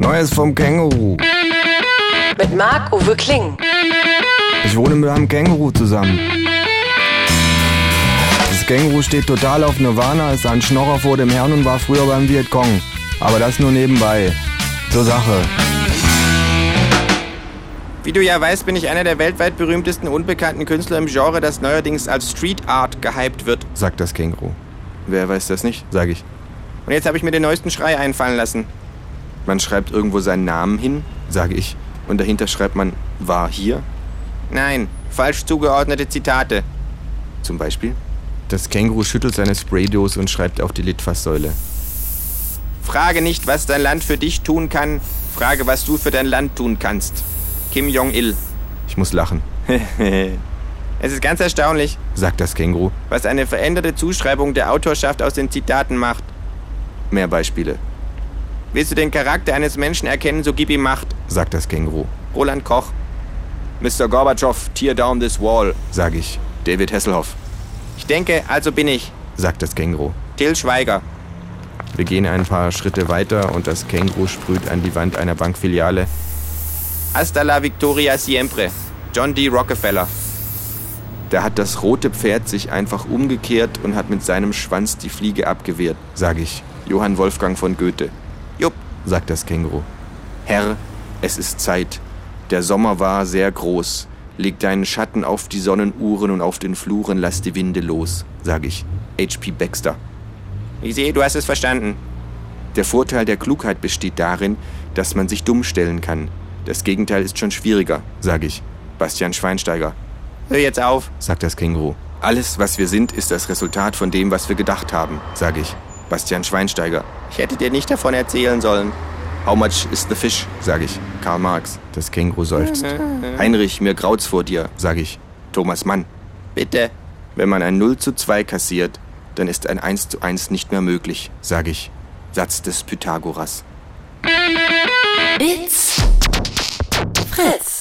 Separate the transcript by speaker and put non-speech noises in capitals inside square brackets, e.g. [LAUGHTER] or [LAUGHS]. Speaker 1: Neues vom Känguru.
Speaker 2: Mit Marc-Uwe Kling.
Speaker 1: Ich wohne mit einem Känguru zusammen. Das Känguru steht total auf Nirvana, ist ein Schnorrer vor dem Herrn und war früher beim Vietcong. Aber das nur nebenbei. Zur Sache.
Speaker 3: Wie du ja weißt, bin ich einer der weltweit berühmtesten unbekannten Künstler im Genre, das neuerdings als Street Art gehypt wird,
Speaker 1: sagt das Känguru.
Speaker 3: Wer weiß das nicht?
Speaker 1: Sag ich.
Speaker 3: Und jetzt habe ich mir den neuesten Schrei einfallen lassen. Man schreibt irgendwo seinen Namen hin, sage ich, und dahinter schreibt man war hier? Nein, falsch zugeordnete Zitate.
Speaker 1: Zum Beispiel? Das Känguru schüttelt seine Spraydose und schreibt auf die Litfaßsäule.
Speaker 3: Frage nicht, was dein Land für dich tun kann, frage, was du für dein Land tun kannst. Kim [LAUGHS] Jong-il.
Speaker 1: Ich muss lachen,
Speaker 3: Es ist ganz erstaunlich,
Speaker 1: sagt das Känguru.
Speaker 3: was eine veränderte Zuschreibung der Autorschaft aus den Zitaten macht.
Speaker 1: Mehr Beispiele,
Speaker 3: Willst du den Charakter eines Menschen erkennen, so gib ihm Macht.
Speaker 1: sagt das Känguru,
Speaker 3: Roland Koch. Mr. Gorbatschow, tear down this wall.
Speaker 1: sage ich,
Speaker 3: David Hasselhoff. Ich denke, also bin ich.
Speaker 1: sagt das Känguru.
Speaker 3: Till Schweiger.
Speaker 1: Wir gehen ein paar Schritte weiter und das Känguru sprüht an die Wand einer Bankfiliale.
Speaker 3: Hasta la Victoria Siempre. John D. Rockefeller.
Speaker 1: Da hat das rote Pferd sich einfach umgekehrt und hat mit seinem Schwanz die Fliege abgewehrt, sage ich. Johann Wolfgang von Goethe,
Speaker 3: Jupp.
Speaker 1: sagt das Känguru. Herr, es ist Zeit. Der Sommer war sehr groß. Leg deinen Schatten auf die Sonnenuhren und auf den Fluren lass die Winde los, sage ich. H.P. Baxter.
Speaker 3: Ich sehe, du hast es verstanden.
Speaker 1: Der Vorteil der Klugheit besteht darin, dass man sich dumm stellen kann. Das Gegenteil ist schon schwieriger, sage ich. Bastian Schweinsteiger,
Speaker 3: Hör jetzt auf.
Speaker 1: sagt das Känguru. Alles, was wir sind, ist das Resultat von dem, was wir gedacht haben, sage ich. Bastian Schweinsteiger.
Speaker 3: Ich hätte dir nicht davon erzählen sollen.
Speaker 1: How much is the fish? sage ich. Karl Marx. Das Känguru seufzt. [LAUGHS] Heinrich, mir graut's vor dir, sage ich. Thomas Mann.
Speaker 3: Bitte.
Speaker 1: Wenn man ein 0 zu 2 kassiert, dann ist ein 1 zu 1 nicht mehr möglich, sage ich. Satz des Pythagoras.
Speaker 4: It's Fritz.